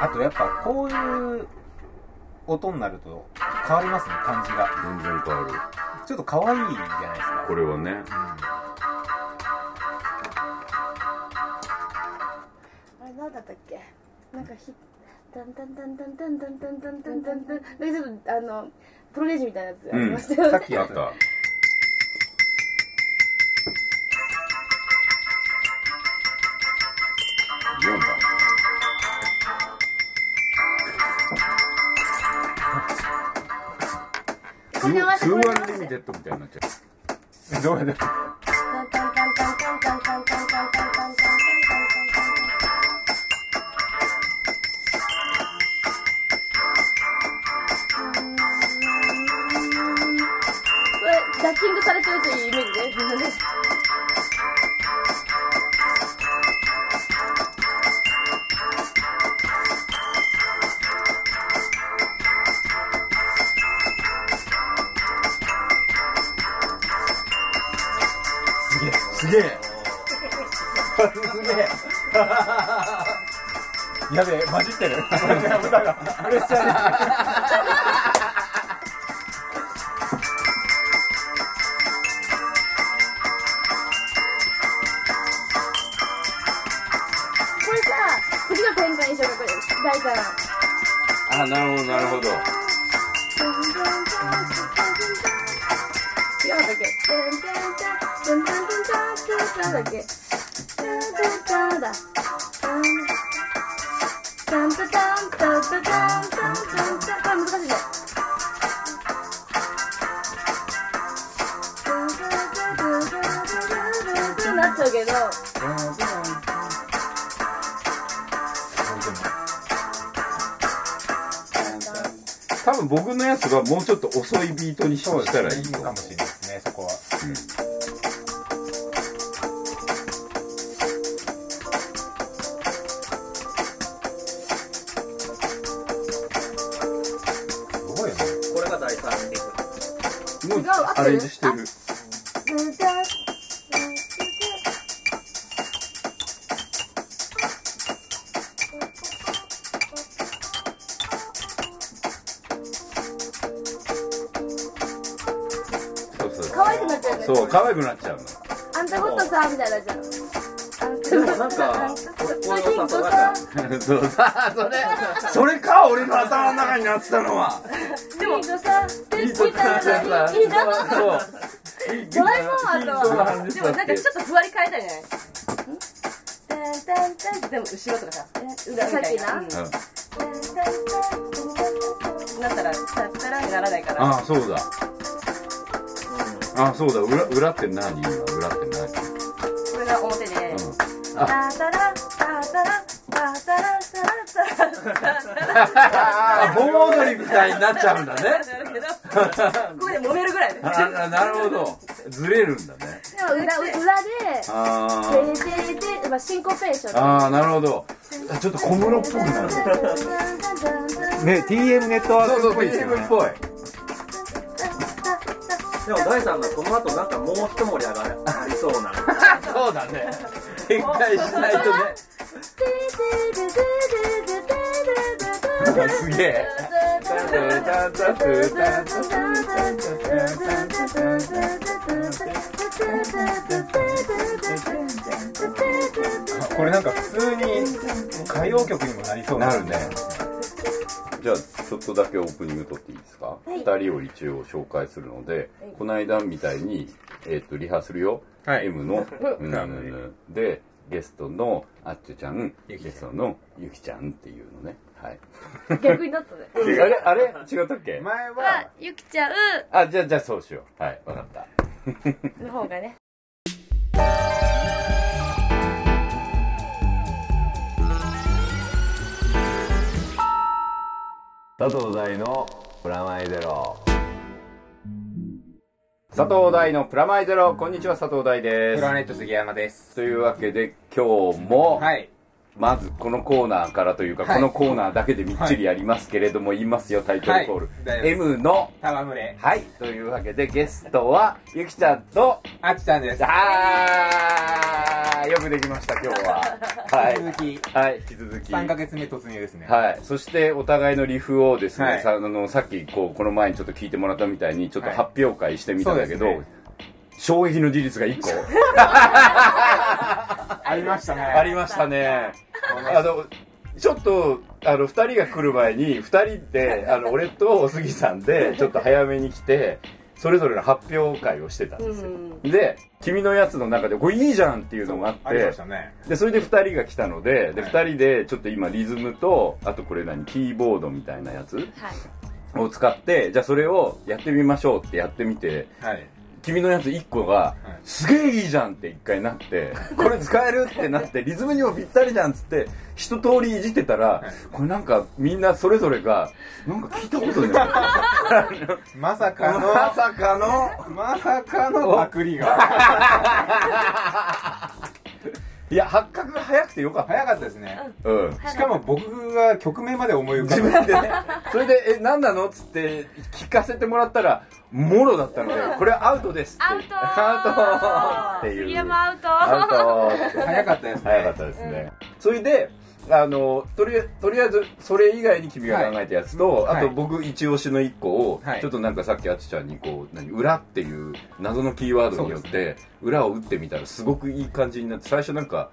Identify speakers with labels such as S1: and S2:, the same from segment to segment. S1: あとやっぱこういう音になると変わりますね感じが
S2: 全然変わる
S1: ちょっと可愛いじゃないですか
S2: これはね
S3: あれなんだったっけなんかひタンタンタンタンタンタンタンタンタンタンタンなんかちょっとあのプロレージみたいなやつありました
S1: うん
S3: よ
S1: さっ
S3: ね、
S1: き
S2: や
S1: やっ
S2: っ
S1: たた
S2: 4番
S3: これに合わせて
S2: 2
S3: これに合
S2: ワ
S3: わ
S2: ン
S3: せ
S2: リミ
S3: て
S2: テッドみたいになっちゃう
S1: どうやって
S3: タンタンタンタンタンタンタンタンタンタンタンタンタンタンタンこれダッキングされてるというイメージですみんなね
S1: すげえ
S2: すげえ
S1: すげえ やべえ混じってる歌がプレッシャーで
S3: これさ次の展開にしようかこれ大から
S2: あなるほどなるほど
S3: 違うんだっけなんだっけだタンタタンタタタンタンタンタンこれ難しいねなっちゃうけど
S2: 多分僕のやつがもうちょっと遅いビートにし
S1: そうで
S2: た
S1: す
S2: ら
S1: ね
S2: い
S1: い
S2: い
S1: い
S2: と
S1: の
S2: 思
S1: か
S2: う
S1: もしれないですねそこはすごいね
S4: これが第3リフ
S2: もうアレンジしてるそうそう
S3: 可愛くなっちゃうね
S2: そう可愛くなっちゃうの
S3: あんたごとさみたいなじゃん
S4: でもなんか
S3: 最近ごとさ
S4: さ
S2: そうさそれそれか俺の頭の中になってたのは
S3: でも、さ、
S2: い
S3: い
S2: いとこから
S3: じゃな
S2: さ
S3: いいいな。
S2: そう
S3: ドラえもんあとは、
S2: で
S5: でもなんかちょっとふわり変えたじゃないんタンタンタンでも後ろとかさ、裏みたいな。
S3: さっ
S5: う
S3: き
S2: うん
S5: んなったら、さったらならないから。
S2: ああそうだああそうだ裏裏って何今裏って
S5: これが表で。
S2: 何、うん
S3: あたら、あたら、あたら、
S5: タンタンタンタン
S2: ああ、盆踊りみたいになっちゃうんだね。
S5: なるけどここで揉めるぐらいね。
S2: あなるほど。ずれるんだね。
S3: でも裏、裏
S2: あ
S3: で、てれてれて、まあ、シンコペーショ
S2: あ、
S3: ン。
S2: ああ、なるほど。ちょっと小室っぽくなる。
S1: ね TM ネットワー
S2: そ
S1: ク
S2: うそう、
S1: っぽいですよ
S2: BGM っ
S1: ね
S2: ぽい。
S4: でも第3がこの後なんかもう一盛り上がりそうな
S2: そうだね。展開しないとね。すげえ。
S1: これなんか普通 に歌謡曲にもなりそう
S2: なるね。じゃあちょっとだけオープニング撮っていいですか、
S3: い
S2: 二人を一応紹介するので、この間みたいに、えっとリハーサルよ、
S1: はい
S2: M の「う
S1: う
S2: ん
S1: ん
S2: うんうんでゲストのあっちゅちゃん
S1: ゆきちゃん
S2: ゲストのゆきちゃんっていうのねはい
S3: 逆になったね。
S2: あれあれ違ったっけ、
S1: 前
S3: は
S1: は、
S3: ゆきちゃん
S2: あじゃあじゃあそうしようはいわかった
S3: の方がね。
S2: 佐藤大のプラマイゼロ佐藤大のプラマイゼロこんにちは佐藤大で
S1: プ
S2: す
S1: ラネット杉山です
S2: というわけで今日も、
S1: はい
S2: まずこのコーナーからというか、
S1: はい
S2: このコーナーだけでみっちりやりますけれども、言いますよタイトルコール、
S1: はい大丈夫
S2: M の
S1: 戯れ
S2: はいというわけでゲストはゆきちゃんと
S1: あきちゃんです
S2: あーよムできました今 日ははい、
S1: 引き続
S2: はい、引き続
S1: き
S2: き
S1: 3ヶ月目突入ですね
S2: はい、そしてお互いのリフをですね、
S1: はい
S2: さあのさっきこうこの前にちょっと聞いてもらったみたいにちょっと
S1: はい
S2: 発表会してみたんだけど、
S1: そうです
S2: 衝撃の事実が1個
S1: ありましたね
S2: ありまし たねあのちょっとあの2人が来る前に2人であの俺とお杉さん でちょっと早めに来てそれぞれの発表会をしてたんですよ、で君のやつの中で「これいいじゃん」っていうのがあって
S1: ありましたね
S2: でそれで2人が来たのでで
S1: はい
S2: 2人でちょっと今リズムとあとこれ何キーボードみたいなやつ
S6: はい
S2: を使ってじゃあそれをやってみましょうってやってみて
S1: はい
S2: 君のやつ1個が
S1: い
S2: すげえいいじゃんって1回なってこれ使えるってなってリズムにもぴったりじゃんっつって一通りいじってたら
S1: い
S2: これなんかみんなそれぞれがなんか聞いたことない
S1: まさかの
S2: まさかの
S1: まさかのパクリ が
S2: いや発覚が早くてよかった
S1: 早かったですね
S2: うん
S1: しかも僕が曲名まで思い浮かべ
S2: でねそれで「え何なの?」っつって聞かせてもらったらもろだったので「これアウトです」って
S3: アウト
S2: アウトっていう
S3: 杉山アウト
S2: アウトって
S1: 早かったですね
S2: 早かったですね、それであのとりあとりあえずそれ以外に君が考えたやつと、
S1: はい
S2: あと僕一押しの一個を、
S1: はい
S2: ちょっとなんかさっきあつちゃんにこう何裏っていう謎のキーワードによっ
S1: そう
S2: て、裏を打ってみたらすごくいい感じになって最初なんか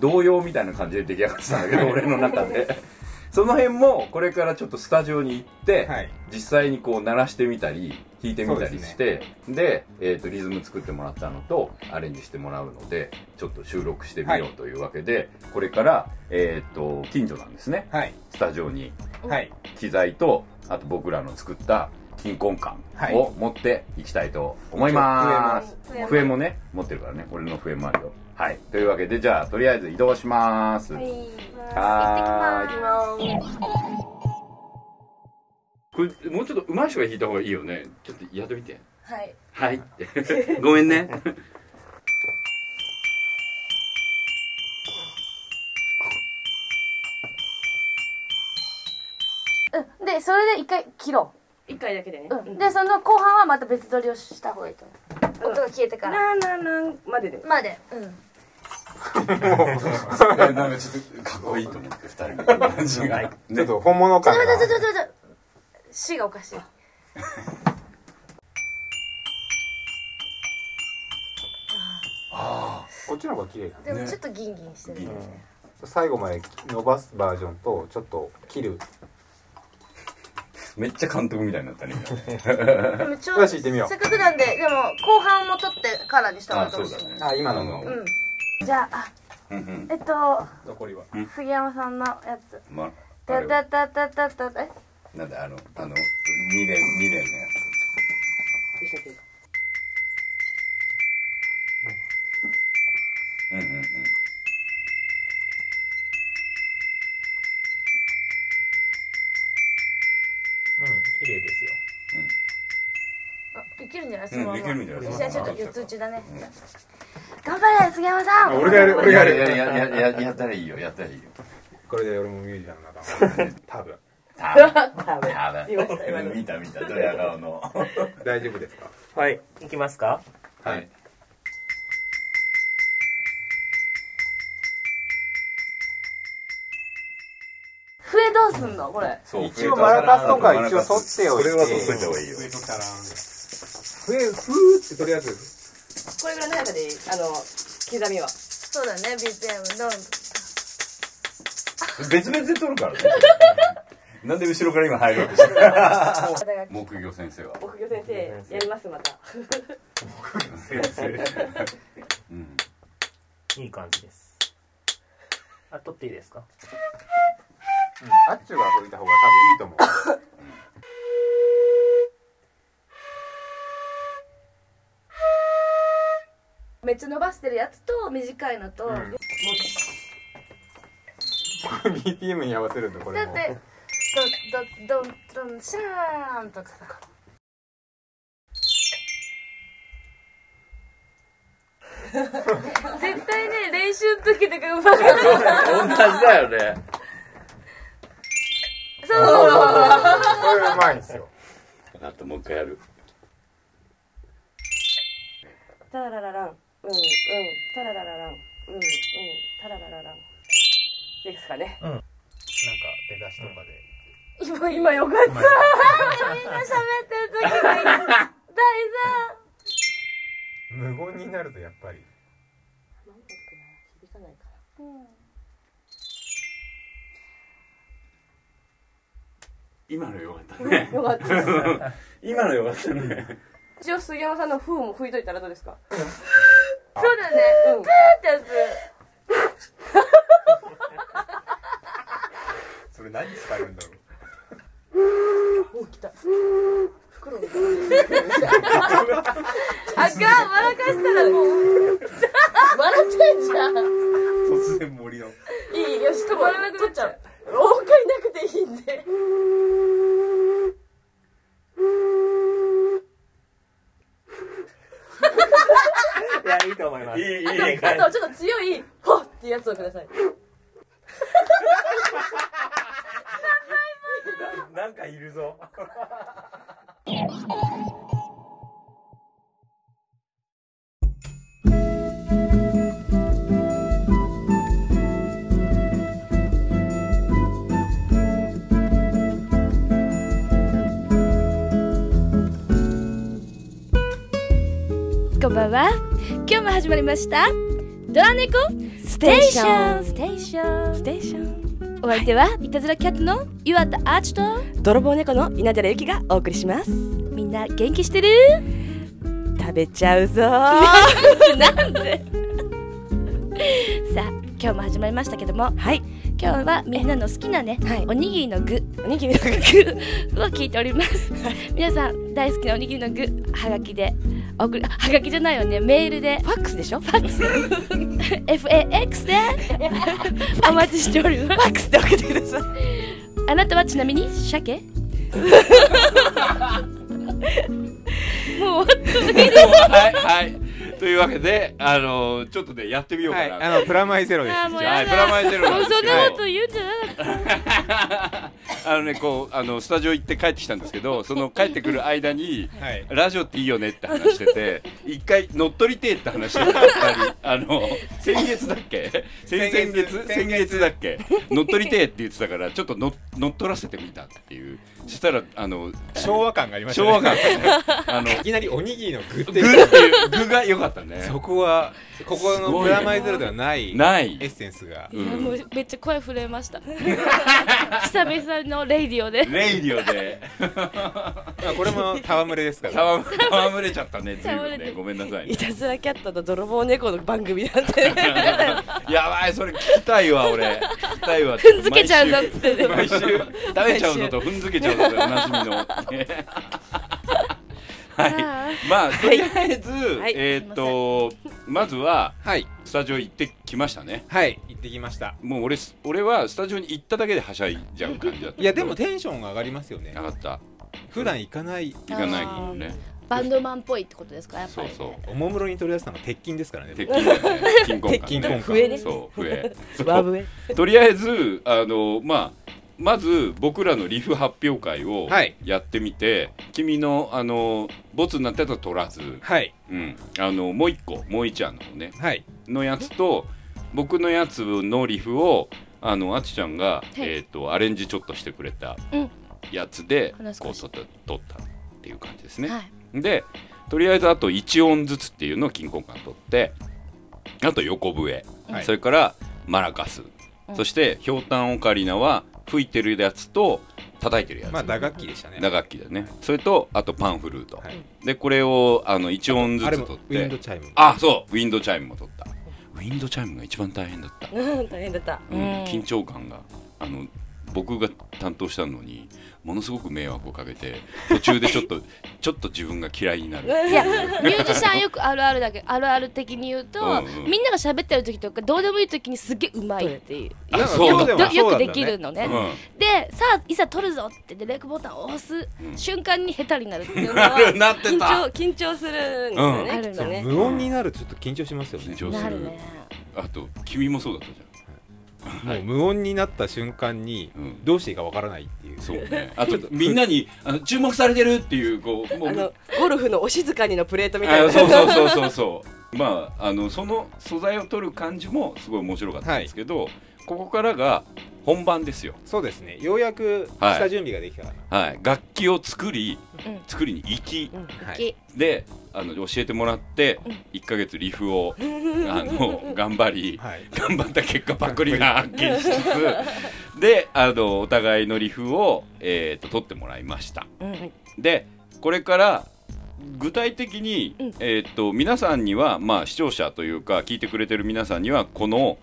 S2: 動揺みたいな感じで出来上がってたんだけど俺の中でその辺もこれからちょっとスタジオに行って、
S1: はい
S2: 実際にこう鳴らしてみたり弾いてみたりしてで,、えー、とリズム作ってもらったのとアレンジしてもらうのでちょっと収録してみ
S1: はい
S2: よ
S1: う
S2: というわけで、これから、えー、と近所なんですね
S1: はい
S2: スタジオに
S1: はい
S2: 機材とあと僕らの作った金婚感を持っていきたいと思います、
S3: 笛も
S2: 笛もね持ってるからね俺の笛もあるよはいというわけでじゃあとりあえず移動しますはーいこれもうちょっと上手い人が弾いた方がいいよねちょっとやってみて
S5: はい
S2: はいって ごめんね
S3: うんでそれで一回切ろ
S5: 一回だけでね
S3: う、うん、でその後半はまた別撮りをした方がいいと思う、音が消えてから
S5: ランランランまでで
S3: までうん
S2: なんかちょっとかっこいいと思って二人の感じが
S1: ちょっと本物感
S3: ちょっと待ってちょ
S1: が
S3: っと待ってちょっと待って C がおかしい
S1: こっちの方が綺麗だ
S3: でもちょっとギンギンしてる、
S1: 最後まで伸ばすバージョンとちょっと切る
S2: めっちゃ監督みたいになったね今ね
S3: でもちょ
S1: よし行ってみよう
S3: せっかくなんででも後半も撮ってからにした方がい
S2: あ
S3: いと
S2: そ
S3: 思
S2: うだね
S1: あ今のの
S2: うん
S3: じゃあ
S2: うんうん
S3: あえっと
S1: 残りは
S3: 杉山さんのやつ
S2: まあ
S3: タ
S2: れ
S3: タタタタタタえ
S2: なんだあのあの二連二連のやつうんうんうん
S4: 綺麗ですよ
S3: あいけるんじゃない
S2: うんできるんじゃない
S3: 実際ちょっと四つ打ちだね頑張れ杉山さん
S1: 俺がやる俺がやる
S2: やるやややややったらいいよやったらいいよ
S1: これで俺もミュージアムの中 に多分
S2: たぶ
S5: 多分
S2: たぶ
S5: 言いました今の
S2: 見た見たドヤ顔の
S1: 大丈夫ですか
S4: はい行きますか
S2: はい
S3: 笛どうすんのこれ
S2: そう
S1: 一応マラカスとか一応取っておいて
S2: それは取っといた方がいいよ
S1: ふえふーってとりあえず
S5: これぐらいの速さでいいあの刻みは
S3: そうだね BPM どう
S2: 別々で撮るからねなんで後ろから今入ろうとしてる木魚先生は
S5: 奥魚先生やりますまた
S2: 先生うん
S4: いい感じですあ撮っていいですか
S1: あっちゅうが吹いた方が多分いいと思う
S3: めっちゃ伸ばしてるやつと短いのと、
S1: ん BPM に合わせるんだこ
S3: だ
S1: れ
S3: っ
S1: も
S3: てドドドンドンシャーンとかさ絶対ね練習の時とかうまくない
S2: 同じだよね
S1: これうまいんですよ
S2: あともう一回やる
S5: タラララランうんうんタラララランうんうん
S7: ですかね。
S1: 出だしとかで。
S5: 今、今、
S7: 今よかっ
S1: う
S7: た。
S1: まい
S5: みんな喋ってる時がいい。大さ
S1: 無言になるとやっぱり。
S5: ん。響かないか
S4: 今のよかっ たね。
S7: よかったです。
S4: 今のよかったね。
S7: 一応杉山さんの風も吹いといたらどうですか。
S5: な。そうだね。
S7: うん。
S5: ってやつ。
S1: それ何に使えるんだろう。
S5: あかん、笑かしたらもう。笑ってんじゃん。
S8: 突然森の
S5: いい、よし、止まらなくなっちゃう。音階なくていいんで。
S1: いや、いいと思いま
S4: い
S1: す。
S4: い、いい
S5: あ
S4: 感
S5: と、ちょっと強い、ほっっていうやつをください。
S4: じ。なんかいるぞ。
S9: こんばんは。今日も始まりました。ドラ猫ステーションステーションステーション。お相手は、いたずらキャットの岩田アーチと
S10: 泥棒猫の稲寺ゆきがお送りします
S9: みんな元気してる
S10: 食べちゃうぞ
S9: なんで さあ今日も始まりましたけども
S10: はい
S9: 今日はみんなの好きなね、
S10: はい
S9: おにぎりの具
S10: おにぎりの具
S9: を聞いております皆さん大好きなおにぎりの具はがきで送りあはがきじゃないよねメールで
S10: ファックスでしょフ
S9: ファックス FAX でお待ちしております
S10: ァックスで送ってください
S9: あなたはちなみに鮭も
S2: は
S9: う
S2: い、はい。というわけで、あのちょっとね、やってみよう
S1: は
S2: か
S1: い、
S2: な。
S1: あの、プラマイゼロです。
S9: あーもう
S2: は
S9: や
S2: い、プラ
S9: だ
S2: マイゼロ
S9: も
S2: な
S9: うん
S2: です
S9: そん
S2: けど。
S9: なこと言うんじゃなかった
S2: あのね、こう、あの、スタジオ行って帰ってきたんですけど、その帰ってくる間に、
S1: はい。
S2: ラジオっていいよねって話してて、一回乗っ取りてえって話してた、二人。あの、先月だっけ先々月先
S1: 先
S2: 月だっけ乗っ取りてえって言ってたから、ちょっと乗っ乗っ取らせてみたっていう。そしたら、あの、
S1: 昭和感がありました、
S2: 昭
S1: ね。
S2: 和感、あの、
S1: いきなりおにぎりの具って
S2: グ
S1: いう
S2: ーっていう、グーが良かったね。
S1: そこはここ
S2: すごい
S1: の
S2: ね
S1: プラマイゼロではない
S2: ない
S1: エッ。センスが
S2: う
S9: いやも
S2: ん
S9: うめっちゃ声震えま した久々のレディオで
S2: レイディオで
S1: まあこれも戯れですから
S2: 戯戯れちゃったね、ずいぶ
S9: 戯れ
S2: ん
S9: て
S2: ね。
S9: る
S2: ごめんなさいね
S10: い。たずらキャットと泥棒猫の番組なんて ね
S2: やばい、それ聞きたいわ、俺。聞きたいわ。踏
S9: ふんづけちゃうぞっつって
S2: 毎週食べちゃうのと踏んづけちゃうのでおなじみの。はい。まあとりあえず、
S10: い
S2: えーっとまずは
S1: はい
S2: スタジオ行ってきましたね。
S1: はい行ってきました
S2: もう俺す俺はスタジオに行っただけではしゃいじゃう感じだった。
S1: いやでもテンションが上がりますよね
S2: なかった。
S1: 普段行かない
S2: 行かないもんね。
S9: バンドマンっぽいってことですかやっぱ
S2: そう
S9: り
S2: そう。
S1: おもむろに取り出したのが鉄筋ですからね
S2: 鉄筋だよね。金婚
S1: 鉄筋
S2: 感
S1: 婚
S2: ね。
S10: 笛ね
S2: そう笛。
S10: 和笛
S2: とりあえずあのまあまず僕らのリフ発表会を
S1: はい
S2: やってみて、君のあのボツになったやつは取らず、
S1: はい
S2: うん、あのもう一個もう一ちゃんの方ね
S1: はい
S2: のやつと僕のやつのリフをあのあちちゃんが、
S9: い
S2: えー、とアレンジちょっとしてくれた
S9: うん
S2: やつで、
S9: 話す
S2: こう
S9: こと
S2: 取った取ったっていう感じですね。
S9: はい
S2: でとりあえずあと1音ずつっていうのを金婚感取ってあと横笛、
S1: はい
S2: それからマラカス、
S9: うん
S2: そしてひょうたんオカリナは吹いてるやつと叩いてるやつ、
S1: まあ打楽器でしたね
S2: 打楽器だねそれとあとパンフルート、
S1: はい
S2: でこれをあの1音ず
S1: あれ
S2: つ
S1: も
S2: 取っ
S1: ウィンド
S2: て
S1: チャイム
S2: あそうウィンドチャイムも取ったウィンドチャイムが一番大変だった、
S10: うん大変だった
S2: うん
S9: うん
S2: 緊張感があの僕が担当したのにものすごく迷惑をかけて途中でちょっと ちょっと自分が嫌いになる
S9: いやミュージシャンよくあるあるだけどあるある的に言うと、
S2: うんうん
S9: みんなが喋ってる時とかどうでもいい時にすげえうまいっていう
S2: あ
S1: なんか
S2: そう
S1: 今日
S2: だ
S1: でもそ
S9: よくよく
S1: うだ
S9: で
S1: った
S9: きる
S1: ね
S9: の
S2: う
S9: ね、
S2: ん
S9: でさあいざ撮るぞってでレイクボタンを押す
S2: うん
S9: 瞬間に下手になるって いうの
S2: な
S9: は
S2: るなって
S10: 緊張
S2: た
S10: 緊張するんですよね、
S9: うん
S10: きっとね
S1: 無音になるとちょっと緊張しますよ
S2: 緊
S1: ね
S2: 張
S9: な
S2: す
S9: る
S2: る
S9: ね
S2: あと君もそうだったじ
S1: もう無音になった瞬間に
S2: うん
S1: どうしていいかわからないっていう
S2: ゃんそうねあとみんなにあの注目されてるっていうこうもう
S10: あのゴルフのお静かにのプレートみた
S2: あ
S10: い
S2: の
S10: な
S2: そうそうそうそうそう まああのその素材を取る感じもすごい面白かったんですけど、ここからが本番ですよ
S1: そうですねようやく
S2: はい
S1: 下準備ができたかな、
S2: はい、楽器を作り、
S1: うん
S2: 作りに行き、
S1: はい行
S2: であの教えてもらって、一1か月リフをあの頑張 り、頑張った結果パクリが発見しつつであのお互いのリフを、えー、と取ってもらいました。でこれから具体的に、えー、と皆さんには、まあ、視聴者というか聞いてくれてる皆さんにはこの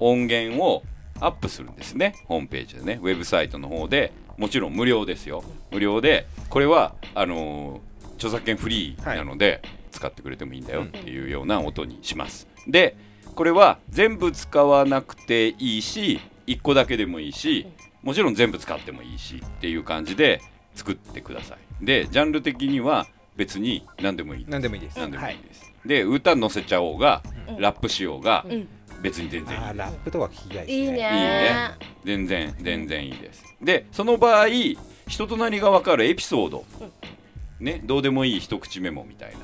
S2: 音源をアップするんですねホームページでねウェブサイトの方でもちろん無料ですよ無料でこれはあのー著作権フリーなので、使ってくれてもいいんだよっていうような音にします。でこれは全部使わなくていいし1個だけでもいいしもちろん全部使ってもいいしっていう感じで作ってくださいでジャンル的には別に何でもいい
S1: 何でもいいです
S2: 何でもいいです、で歌載せちゃおうが、ラップしようが、
S1: うん
S2: 別に全然いいラップ
S1: とは聞きたいですね
S2: いいね全然全然いいですでその場合人となりが分かるエピソード、ね、どうでもいい一口メモみたいな、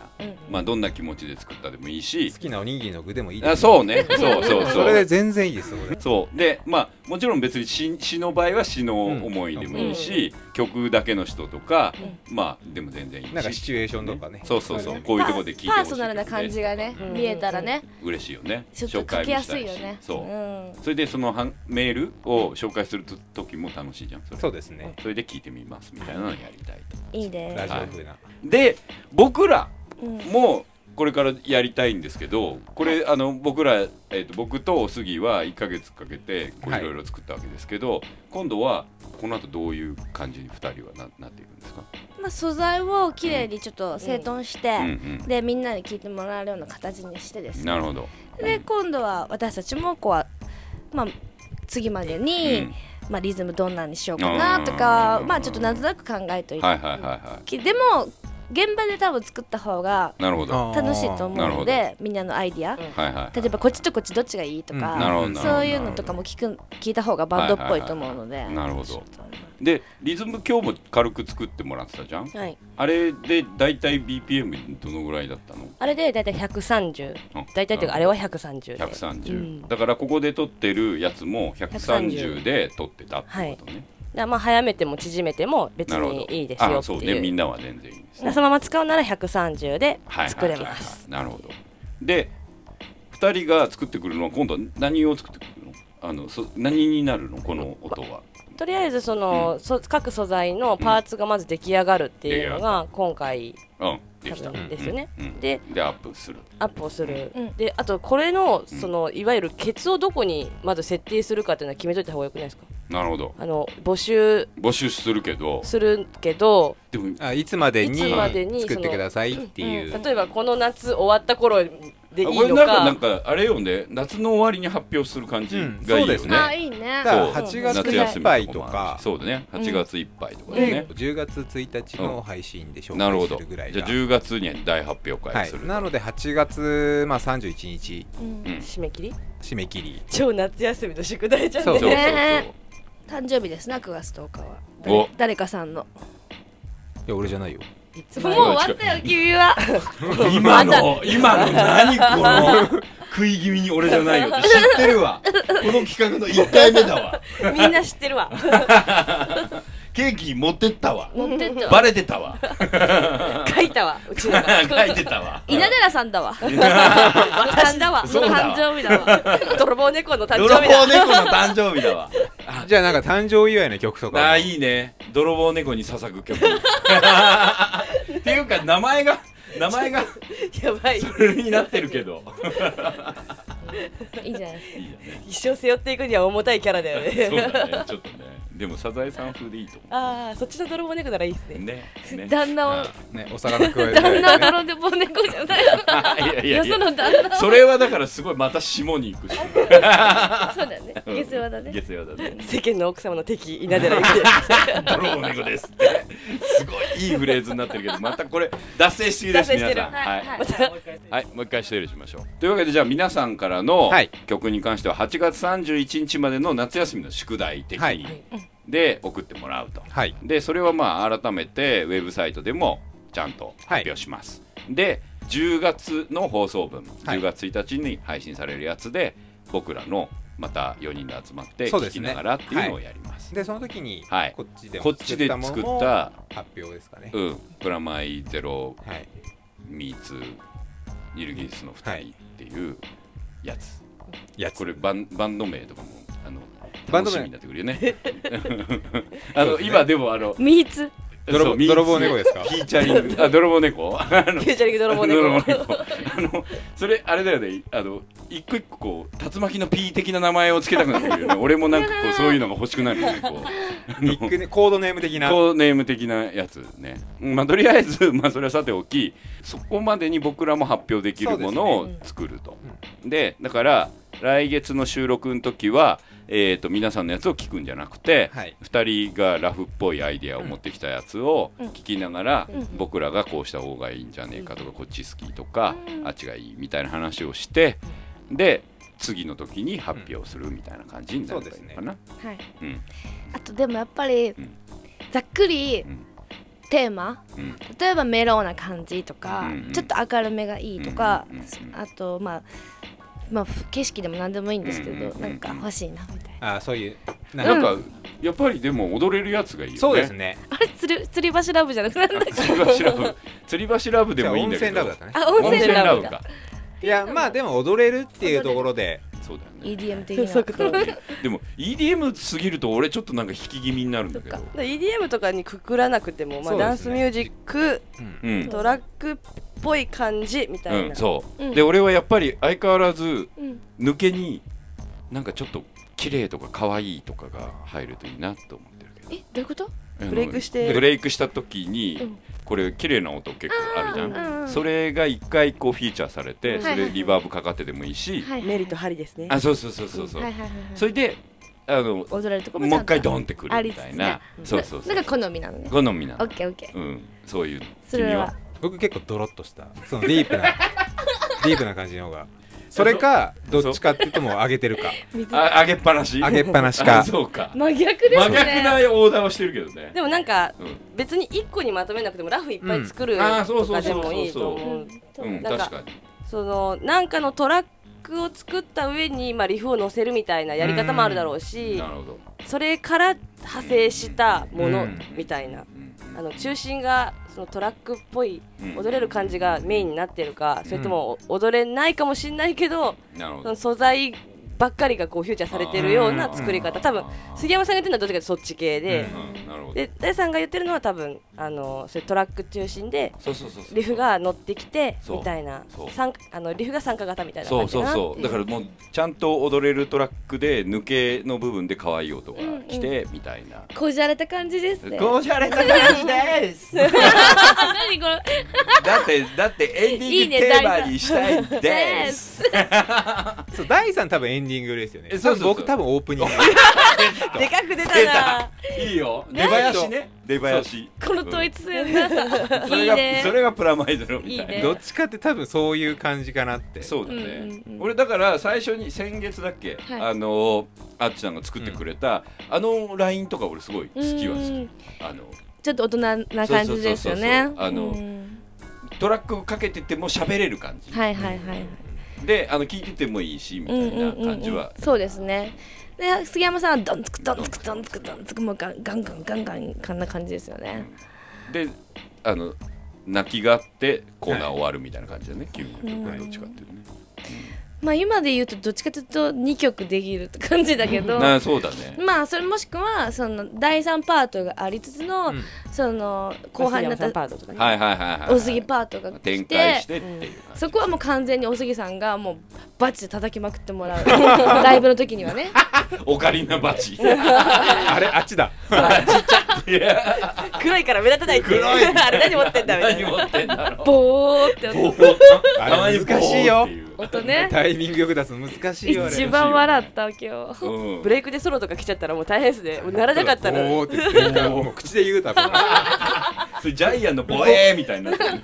S2: まあ、どんな気持ちで作ったでもいいし好
S1: きなおにぎりの具でもいいです
S2: あそうねそうそうそう
S1: それで全然いいですそれ
S2: そうでまあもちろん別に詩詩の場合は詩の思いでもいいし、曲だけの人とか、まあでも全然いいし
S1: なんかシチュエーションとかね
S2: そうそうそうこういうところで聞いて
S9: パ
S2: ほ
S9: ー
S2: しい
S9: ソナルな感じがね、見えたらね、
S2: 嬉しいよね
S9: ちょっと
S2: 紹介
S9: 書
S2: も
S9: きやすいよ
S2: した
S9: ね
S2: しそう、
S9: うん
S2: それでそのはんメールを紹介すると時も楽しいじゃんそれ
S1: そうですね
S2: それで聞いてみますみたいなのをやりたい
S9: いいね
S1: ラジオ風な、
S2: で僕ら
S9: うん
S2: もこれからやりたいんですけどこれあの僕ら、えー、と僕とおすぎは1か月かけてこういろいろ作ったわけですけど、今度はこの後どういう感じに2人はななっていくんですか
S9: まあ、素材をきれいにちょっと整頓して、
S2: うんうん
S9: でみんなに聞いてもらえるような形にしてですね
S2: なるほど
S9: で今度は私たちもこう、まあ、次までに、
S2: うん
S9: まあ、リズムどんなにしようかなとかまあちょっとなんとなく考えといて、
S2: はいはいはいは
S9: きでも現場で多分作った方が
S2: なるほど
S9: 楽しいと思うの
S2: な
S9: でみんなのアイディア、
S2: いはいはい
S9: 例えばこっちとこっちどっちがいいと
S2: うんなるほ
S9: か
S2: どなるほど
S9: そういうのとかも聞く聞いた方がバンドっぽいと思うので、
S2: はははなるほどでリズム今日も軽く作ってもらってたじゃん、
S5: はい
S2: あれで大体 BPM どのぐらいだったの
S5: あれで大体130
S2: うん
S5: 大体というかあれは130で
S2: 130、
S5: うん
S2: だからここで撮ってるやつも130
S5: 130
S2: で撮ってたって
S5: はい
S2: ことね、
S5: だからまあ早めても縮めても別
S2: なるほど
S5: にいいですよ
S2: あ
S5: って
S2: そう
S5: い
S2: ね
S5: う
S2: みんなは全然いいです
S5: そのまま使うなら130で
S2: はい
S5: 作れます
S2: なるほどで2人が作ってくるのは今度は何を作ってくるのあのそ何になるのこの音は
S5: とりあえずその、そ各素材のパーツがまず出来上がるっていうのが今回
S2: うんできた
S5: 多分ですよね
S2: うんうん
S5: で
S2: でアップする
S5: アップをする、であとこれの
S2: うん
S5: そのいわゆるケツをどこにまず設定するかっていうのは決めといた方がよくないですか
S2: なるほど
S5: あの募集
S2: 募集するけど
S5: するけど
S2: でも
S1: あいつまで
S5: い
S1: に
S5: つまでに
S1: 作ってくださいっていう、
S5: 例えばこの夏終わった頃でいい
S2: あこれ
S5: の
S2: なんか
S5: か
S2: なんかあれよね夏の終わりに発表する感じがいいよね、
S1: そうですねあ
S9: いいね
S2: そう
S1: 8月
S2: 夏休
S1: いっ
S2: み
S1: ぱいとか
S2: そうだね8月いっぱいとかね、
S1: で10月1日の配信で紹
S2: なるほ
S1: 介
S2: ど
S1: す
S2: じ
S1: るぐ
S2: ゃ
S1: ら
S2: あ
S1: いが、
S2: 10月に大発表
S1: は
S2: 会
S1: い
S2: する、
S1: なので8月、まあ、31日
S2: うん
S5: 締め切り
S1: 締め切り
S5: 超夏休みの宿題じゃん
S1: そうそうそ う
S9: ね誕生日ですな9月10日は
S1: お
S9: 誰かさんの
S1: いや俺じゃないよ
S9: もう終わったよ君は
S2: 今の
S9: また
S2: 今の何この食い気味に俺じゃないよって知ってるわこの企画の1回目だわ
S5: みんな知って るわ
S2: ケーキ持ってったわ
S9: 持ってったわ
S2: バレてたわ
S5: 書いたわうちの
S2: 書いてたわ
S9: 稲寺さんだわ
S5: 私だわ
S2: そうだわ
S5: 誕生日だわ泥棒猫の誕生
S2: 泥棒
S5: 日だ
S2: 猫の誕生日だわ
S1: じゃあなんか誕生祝いの曲とか
S2: ああいいね泥棒猫に捧ぐ曲っていうか名前が名前が
S5: やばい
S2: それになってるけど
S9: いいじゃない
S5: 一生背負っていくには重たいキャラだよね
S2: そうだねちょっとねでもサザエさん風でいいと思
S5: ああそっちの泥棒猫ならいいですね
S2: ねね
S9: 旦那を
S2: うね
S1: お魚食われて
S9: 旦那を頼んで棒猫じゃない
S2: いやいやいや
S9: よその旦那を
S2: それはだからすごいまた下に行くしそう
S9: だね下世話だね
S2: 下世話だね
S5: 世間の奥様の敵稲寺 ゆき
S2: 泥棒猫ですってすごいいいフレーズになってるけどまたこれ脱線しすぎです
S5: 脱線
S2: 皆
S5: してる
S2: さん
S5: はい
S2: はい
S5: また
S2: はい、もう一回整理しましょう。というわけで、じゃあ皆さんからの曲に関しては、8月31日までの夏休みの宿題的に、で送ってもらうと。で、それはまあ改めてウェブサイトでもちゃんと発表します。で、 10月の放送分、10月1日に配信されるやつで僕らのまた4人で集まって
S1: そうで
S2: 聞
S1: す
S2: き
S1: ね
S2: ながらっていうのをやります。
S1: ます、でその時に
S2: はい、
S1: こっちでも
S2: こっちで作
S1: も
S2: っ
S1: のを
S2: た
S1: 発表ですかね
S2: うん、プラマイゼロ、ミーツニルギリスの2人っていうやつ、これバンバンド名とかもあの
S1: バンド名
S2: 楽しみになってくるよね あの今でもあの
S9: ミーツ
S1: 泥棒
S2: そうミーツ
S1: 泥棒猫 ですか
S2: フィーチャリングあ泥 棒猫あの
S5: フィーチャリング泥棒猫
S2: 泥あのそれあれだよねあの一個一個こう竜巻の P 的な名前をつけたくなってくるよね俺もなんかこうそういうのが欲しくなるよねこうニック
S1: ネコードネーム的な
S2: コードネーム的なやつねうんまあとりあえず まあそれはさておきそこまでに僕らも発表できるものを作るとで,、だから来月の収録の時は、えー、と皆さんのやつを聞くんじゃなくて、二2人がラフっぽいアイデアを持ってきたやつを
S1: うん
S2: 聞きながら、
S1: うん
S2: 僕らがこうした方がいいんじゃねえかとか、こっち好きとか、あっちがいいみたいな話をしてで次の時に発表するみたいな感じになるのかな。
S9: はい
S2: うん
S9: あとでもやっぱり、ざっくり、テーマ
S2: うん
S9: 例えばメロウな感じとか、
S2: うんうん
S9: ちょっと明るめがいいとか、あとまあまあふ景色でも何でもいいんですけど、
S2: うんうんうんうん
S9: なんか欲しいな みたい
S1: あそういう
S2: なんか、やっぱりでも踊れるやつがいいよね。
S1: そうですね。
S9: なあれ釣り釣り橋ラブじゃなくなっ た
S2: 吊り橋ラブ、吊り橋ラブでもいいんだけど。
S1: じゃあ温泉ラブだった
S9: ねあ温泉ラブ
S2: 温泉
S9: か
S1: いやまあでも踊れるっていうところで
S2: そうだ
S9: EDM 的
S5: そうそう
S9: な
S2: でも EDM すぎると俺ちょっとなんか引き気味になるんだけど。
S5: EDM とかにくくらなくても、
S2: そ
S5: まあ、
S2: うですね
S5: ダンスミュージック、
S2: うん
S5: トラックっぽい感じみたいな、
S2: うん、そう、
S5: ん
S2: で俺はやっぱり相変わらず
S5: うん
S2: 抜けになんかちょっと綺麗とか可愛いとかが入るといいなと思ってる
S9: えどういうこと
S2: あの
S5: ブレイクして
S2: ブレイクした時に、
S5: うん
S2: これ綺麗な音結構あるじゃん、
S5: あーうんうん
S2: それが一回こうフィーチャーされて、
S5: うん
S2: それリバーブかかってでもいいし、
S5: メリとハリですね
S2: あそうそうそうそうそう、
S9: はいはいはいはい
S2: それであの
S9: 踊れるとこもちゃ
S2: も
S9: んと
S2: う一回ドンってく
S9: あ
S2: る
S9: り
S2: み
S9: つつ
S2: た
S9: ね
S2: いな、そうそうそう
S9: なんか好みなのね
S2: 好みなの
S9: オッケーオッケー
S2: うん、そういうの
S9: それは
S1: 僕結構ドロッとしたそのディ ープなディープな感じの方がそれかどっちかって言っても上げてるか
S2: あ上げっぱなし
S1: 上げっぱなしか
S2: あそうか
S5: 真逆ですね
S2: 真逆なオーダーをしてるけどね
S5: でもなんか、
S2: うん
S5: 別に1個にまとめなくてもラフいっぱい作
S2: う
S5: る
S2: んあーそう
S5: と
S2: そ
S5: か
S2: う
S5: で
S2: そうそう
S5: もいいと思う、
S2: うん
S5: なん
S2: 確かに
S5: そのなんかのトラックを作った上に、まあ、リフを乗せるみたいなやり方もあるだろうし
S2: なるほど
S5: それから派生したも
S2: う
S5: の
S2: ん
S5: みたいな、あの中心がそのトラックっぽい
S2: うん
S5: 踊れる感じがメインになってるか、それともお踊れないかもしれないけど
S2: なるほ
S5: そ
S2: ど
S5: の素材ばっかりがこうフューチャーされてるような作り方多分杉山さんが言ってるのはどっちかというとそっち系で、
S2: うんうんなるほど
S5: で大地さんが言ってるのは多分あのそれトラック中心で
S2: そうそうそうそう
S5: リフが乗ってきて
S2: そう
S5: みたいな
S2: そう
S5: 参加あのリフが参加型みたいな
S2: そ
S5: 感
S2: う
S5: じ
S2: そ
S5: か
S2: う
S5: な
S2: そうだからもうちゃんと踊れるトラックで抜けの部分で可愛い音が来て、みたいな
S9: こじゃれた感じですね
S2: こじゃれた感じです
S9: 何これ
S2: だってだってエンディングテーマにしたいです
S9: す
S1: そう第3多分エンディングですよね
S2: そうそうそう
S1: 僕多分オープ ニング
S5: でかく出たない
S2: いよ出
S5: 何
S2: 囃子ね出囃子
S9: この統一性のなさ
S2: それ
S9: いいね
S2: がそれがプラマイゼロみたい
S9: いいね
S2: な
S1: どっちかって多分そういう感じかなって
S2: そうだね、
S1: うん
S2: 俺だから最初に先月だっけ、
S9: はい
S2: あのあっちさんが作ってくれた、あのラインとか俺すごい好きは好
S9: うん
S2: きあの
S9: ちょっと大人な感じです
S2: そうそうそ
S9: よね
S2: うそうあの
S9: うん
S2: トラックをかけてても喋れる感じ
S9: はいはいはいはい
S2: であの聞いててもいいしみたいな感じは、
S9: そうですねで杉山さんはどんつくどんつくどんつくどんつくもうガンガンガンガンガンこんな感じですよね
S2: であの泣きがあってコーナー終わるみたいな感じだね、君の曲はどっちかっていうとね、
S9: まあ今で言うとどっちかというと2曲できるって感じだけど
S2: なそうだね
S9: まあそれもしくはその第3パートがありつつの、
S2: うん
S9: その後半になった
S5: 杉山さんパートとかね
S2: はいはいはいはい
S9: おすぎパートが来て
S2: 展開してっていう感じ
S9: そこはもう完全におすぎさんがもうバチで叩きまくってもらう ライブの時に はね
S2: オカリナバチ
S1: あれあっちだ
S5: 黒いから目立たないって
S2: 黒い
S5: あれ何持ってんだみたいな
S2: 何持ってんだろう
S9: ボーって音
S1: あれ難しいよ
S9: 音ね
S1: タイミングよく出すの難しいよあれ
S9: 一番笑った今日、
S2: うん
S5: ブレイクでソロとか来ちゃったらもう大変ですねもうならなかったら
S1: ボーって言ってるからもう口で 言うたら
S2: それジャイアンのボエーみたいになってる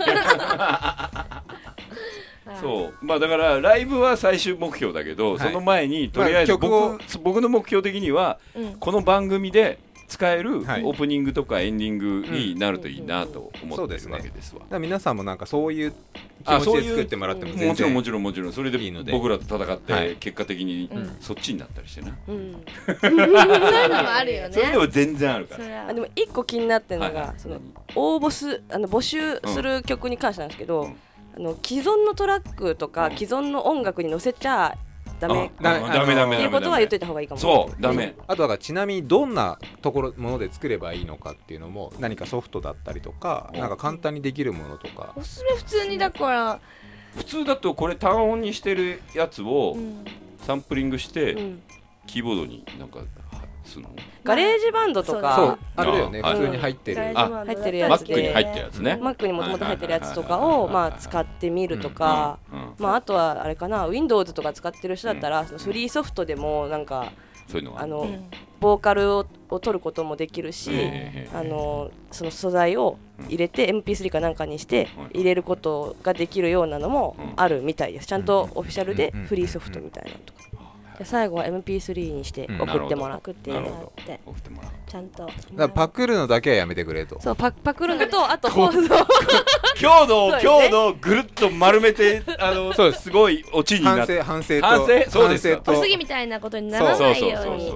S2: そうまあだからライブは最終目標だけ
S1: は
S2: ど、
S1: い
S2: その前にとりあえず
S1: まあ
S2: 僕,、
S1: 曲を
S2: 僕の目標的には、
S1: うん
S2: この番組で使えるオープニングとかエンディングになるといいなと思ってるわけですわ
S1: だ。から皆さんもなんかそういう気
S2: あ
S1: 持
S2: そう
S1: ち
S2: い
S1: で
S2: う
S1: 作ってもらっても全然
S2: もちろんもちろんもちろんそれで
S1: いいので
S2: 僕らと戦っ
S1: は
S2: て
S1: い
S2: 結果的に
S1: うん
S2: そっちになったりしてな、
S5: うん
S2: そう
S5: いうのもあるよね
S2: それでも全然あるから
S5: あでも一個気になってるのが、
S2: はいはい
S5: その応募すあの募集する曲に関してなんですけど、あの既存のトラックとか既存の音楽に乗せちゃダメ
S2: あダメダメダメ
S5: っていうことは言っといた方がいいかも
S1: あとはちなみにどんなところもので作ればいいのかっていうのも何かソフトだったりとかなんか簡単にできるものとか
S11: おすすめ普通にだから
S2: 普通だとこれ単音にしてるやつをサンプリングして、
S5: うん
S2: キーボードになんかはするの
S5: ガレージバンドとか
S2: そう
S1: あるよね
S2: はい
S1: 普通に入ってる
S2: ガレージバンド
S5: 入ってるやつで
S2: マックに入ってるやつね
S5: マックにもともと入ってるやつとかをまあ使ってみるとか、
S2: うんうんうん
S5: まああとはあれかな Windows とか使ってる人だったら、そのフリーソフトでもなんか
S2: そういうのが
S5: あの、
S2: うん
S5: ボーカルをを取ることもできるし、
S2: ええ
S5: あのその素材を入れて MP3 かなんかにして入れることができるようなのもあるみたいです、ちゃんとオフィシャルでフリーソフトみたいなのとか、で最後は MP3 にして
S1: うん
S5: 送ってもらう
S1: 送って
S11: も
S1: ら
S11: ってちゃんと
S1: だからパクるのだけはやめてくれと
S5: そうパクパクるのとあと放送
S2: 強度を
S5: そうですね
S2: 強度をぐるっと丸めてあの
S1: そうです
S2: ごいオチにな
S1: 反
S2: って
S1: 省反省と
S2: 反省そうですよ
S1: 反省
S11: お
S1: と
S11: すぎみたいなことにならないように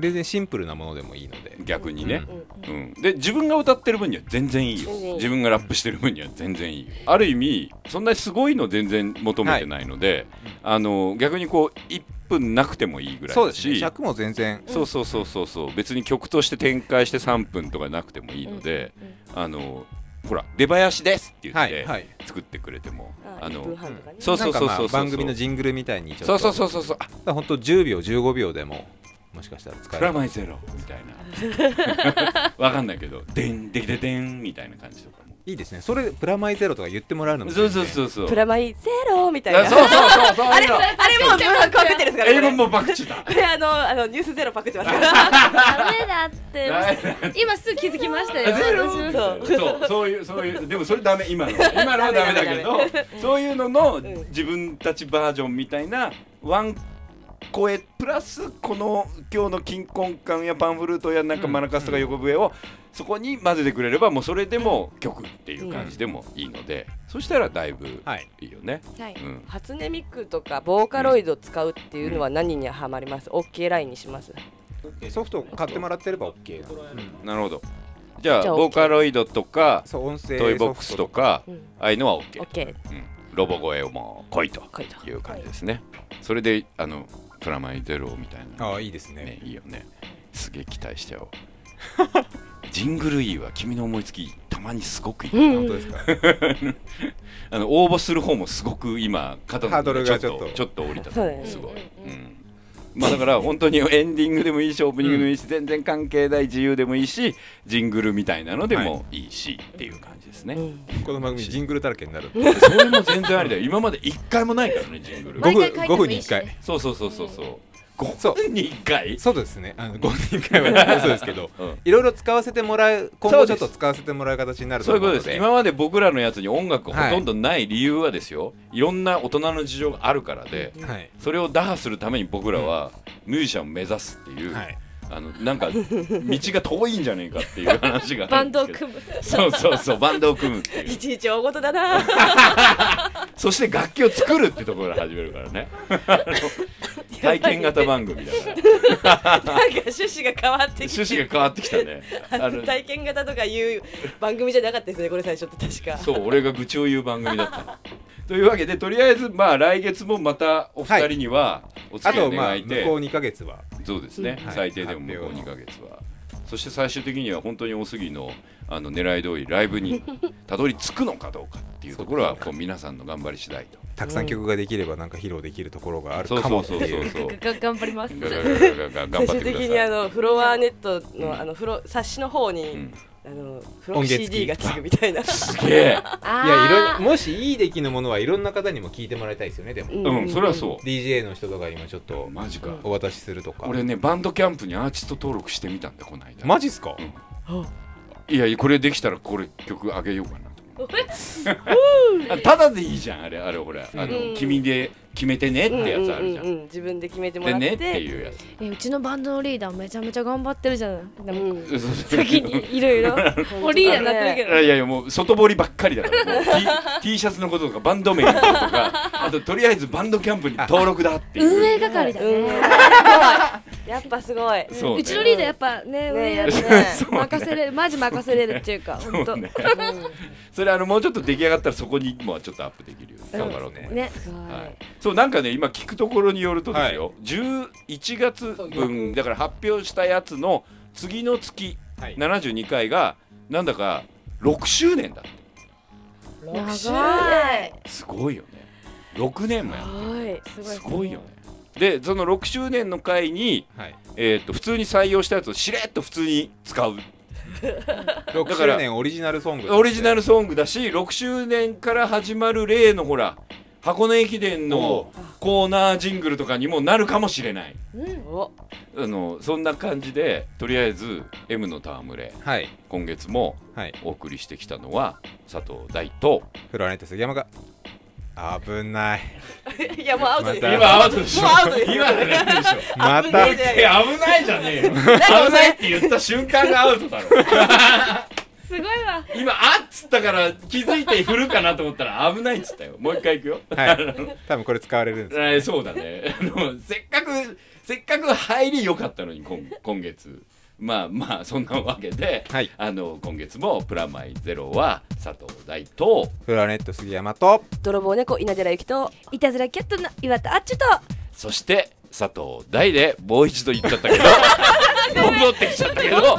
S1: 全然シンプルなものでもいいので
S2: 逆にね、うんで自分が歌ってる分には全然いいよ
S11: 全然いい
S2: 自分がラップしてる分には全然いいよある意味そんなにすごいの全然求めてないので、あの逆にこう1分なくてもいいぐらいだし
S1: そうですね尺も全然
S2: そうそうそうそうそう別に曲として展開して3分とかなくてもいいので、あのほら出囃子ですって言って作ってくれても、
S1: あ
S2: あの
S1: 一分半とかね
S2: そうそうそう
S1: なん
S2: そ
S1: かまあ
S2: う
S1: 番組のジングルみたいにちょっ
S2: そ
S1: と
S2: うそうそうそうそう
S1: 本当10秒15秒でももしかしたら使え
S2: プ
S1: る
S2: ラマイゼロみたい なわかんないけど「でんできてでん」みたいな感じとかも
S1: いいですねそれプラマイゼロとか言ってもらうのも
S2: そうそうそうそう
S5: プラマイゼロみたいな
S2: あそうそうそうそう
S5: あれ
S2: そう
S5: あれもうパクってるんですから
S2: 英語もバクチだ
S5: これあのあのニュースゼロパクってますから
S11: ダメだって今すぐ気づきましたよ
S2: ゼロ
S11: 私も
S2: そうそういうそういうでもそれダメ今のは今のはダメだけどそういうのの自分たちバージョンみたいなワン声プラスこの今日の金婚感やパンフルートやなんかマラカスとか横笛をそこに混ぜてくれればもうそれでも曲っていう感じでもいいのでそしたらだいぶいいよね。
S5: はい
S2: うん
S5: 初音ミクとかボーカロイド使うっていうのは何にはまります、OK ラインにします
S1: ソフトを買ってもらってれば OK な
S2: なるほどじゃあ
S5: じゃあ OK
S2: ボーカロイドとか
S1: そう音声
S2: トイボックスとか、
S5: ソフトと
S2: ああいうのは OK,
S5: OK
S2: うん、ロボ声をもう来いという感じですねそれであのプラマイゼロみたいな
S1: ああいいですね
S2: いいよねすげえ期待しちゃおう ジングル E は君の思いつきたまにすごくいい、
S1: うん本当ですか
S2: あの応募する方もすごく今肩の
S1: ハードルが
S2: ち
S1: ちょ
S2: ょっ
S1: っ
S2: と
S1: と
S2: ちょっと降りた
S1: そうだよね
S2: すごい、うんまあだから本当にエンディングでもいいしオープニングでもいいし、全然関係ない自由でもいいしジングルみたいなのでもいいし、っていう感じですね、
S1: この番組ジングルだらけにな る
S2: それも全然ありだよ今まで一回もないからねジングル
S1: 毎回書いてもいいしね五分に一回
S2: そうそうそうそうそう5分に1回
S1: そうですねあの5人会はそうですけど、いろいろ使わせてもらう今後ちょっと使わせてもらう形になると
S2: そういう
S1: 思
S2: こ
S1: う
S2: と
S1: の
S2: で
S1: です
S2: 今まで僕らのやつに音楽がほとんどない理由はですよ、い、ろんな大人の事情があるからで、
S1: はい
S2: それを打破するために僕らはミュージシャンを目指すっていう、あのなん か道が遠いんじゃねえかっていう話があ
S5: バ
S2: るん
S5: ン
S2: で
S5: ド
S2: すけ
S5: を
S2: ど
S5: 組む
S2: そうそうそうバンドを組むっていう
S5: いちいち大事だな
S2: そして楽器を作るってところから始めるから ねあの体験型番組だから
S5: なんか趣旨が変わってき
S2: 趣
S5: て
S2: 旨が変わってきたね
S5: あ
S2: あ
S5: の
S2: の
S5: 体験型とかいう番組じゃなかったですねこれ最初って確か
S2: そう俺が愚痴を言う番組だったのというわけでとりあえずまあ来月もまたお二人にはお付き合
S1: あ
S2: い願い
S1: とま
S2: て、
S1: あ向こう2ヶ月は
S2: そうですね、
S1: うんはい
S2: 最低でも向こう2ヶ月はそして最終的には本当におすぎのあの狙い通りライブにたどり着くのかどうかっていうところはこう皆さんの頑張り次第と
S1: たくさん曲ができればなんか披露できるところがあるか
S2: そ
S1: も
S2: うそう
S1: って
S2: そう
S1: い
S2: そうそう
S11: が頑張ります
S2: ガガガガガガ頑張っ
S5: 最終
S2: てく
S5: 的
S2: だ
S5: に
S2: さい
S5: あのフロアネットのあのフロ冊子の方 に、あのフロ
S1: 音源付き
S5: CD がつくみたいな
S1: す
S2: げえ
S1: いやいろいろもしいい出来のものはいろんな方にも聞いてもらいたいですよねでも
S2: うんうんそれはそう
S1: DJ の人とかにもちょっと
S2: マジか
S1: お渡しするとか
S2: 俺ねバンドキャンプにアーティスト登録してみたんだこの間
S1: マジっすか、
S2: いやこれできたらこれ曲あげようかな
S11: おえ
S2: あただでいいじゃんあれあれほらあの、
S11: うん
S2: 君で決めてねってやつあるじゃん。
S5: うんうんうんうん自分で決めても
S2: で
S5: らって
S2: ねっていうやつ。
S11: えうちのバンドのリーダーめちゃめちゃ頑張ってるじゃないでも、
S2: そうそうそう
S11: 先にいろいろもうリーダーになってるけど、
S2: いやいやいやもう外堀ばっかりだからもう T, T シャツのこととかバンド名のことと かあととりあえずバンドキャンプに登録だっていう
S11: 運営係だね、
S5: やっぱすごい
S2: そうね
S11: うちのリーダーやっぱね運営やってね
S2: そうね
S11: 任せれるマジ任せれるっていう か本当
S2: そうね それあのもうちょっと出来上がったらそこにもうちょっとアップできるように頑張ろうと思います
S11: ね
S2: はい、そうなんかね今聞くところによるとですよ、11月分だから発表したやつの次の月、72回がなんだか6周年だって
S11: 長い
S2: すごいよね6年もやって
S11: はいす
S2: るすごいよねでその6周年の回に、えー、と普通に採用したやつをしれっと普通に 使う
S1: 6周年オリジナルソング
S2: オリジナルソングだし6周年から始まる例のほら箱根駅伝のコーナージングルとかにもなるかもしれないあのそんな感じでとりあえず「M の戯れ」今月もお送りしてきたのは佐藤大と
S1: フロアネット杉山が危ない
S5: いやもうアウトです
S1: また今アウトでしょ
S5: もうアウトです
S2: 今のやつでし
S1: ょまた
S5: 危ねえじゃん
S2: いや危 ないじゃねえよ危ないって言った瞬間がアウトだろ
S11: すごいわ
S2: 今あっつったから気づいて振るかなと思ったら危ないっつったよもう一回いくよ
S1: はい多分これ使われるんです
S2: えーそうだね あのせっかくせっかく入り良かったのに今今月まあまあそんなわけで、あの今月も「プラマイゼロ」は佐藤大と
S1: フロアネット杉山と
S5: 泥棒猫稲寺ゆきと
S11: いたずらキャットの岩田あっちと
S2: そして佐藤大でもう一度言っちゃった けど戻ってきちゃったけど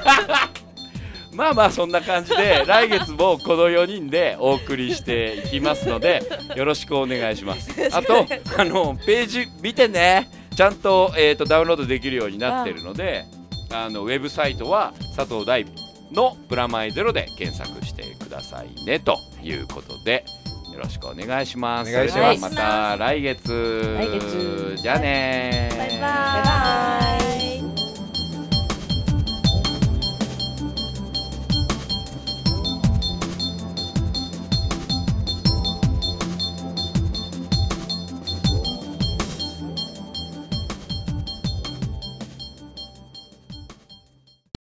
S2: まあまあそんな感じで来月もこの4人でお送りしていきますのでよろしくお願いしますあとあのページ見てねちゃんと,、えー、とダウンロードできるようになってるのであのウェブサイトは佐藤大のプラマイゼロで検索してくださいねということでよろしくお願いします
S1: お願いします
S2: それではまた来月
S1: 来月
S2: じゃあねー